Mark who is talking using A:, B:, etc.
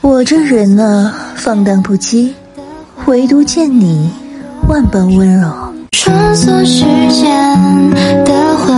A: 我这人呢，放荡不羁，唯独见你万般温柔。
B: 穿梭时间的回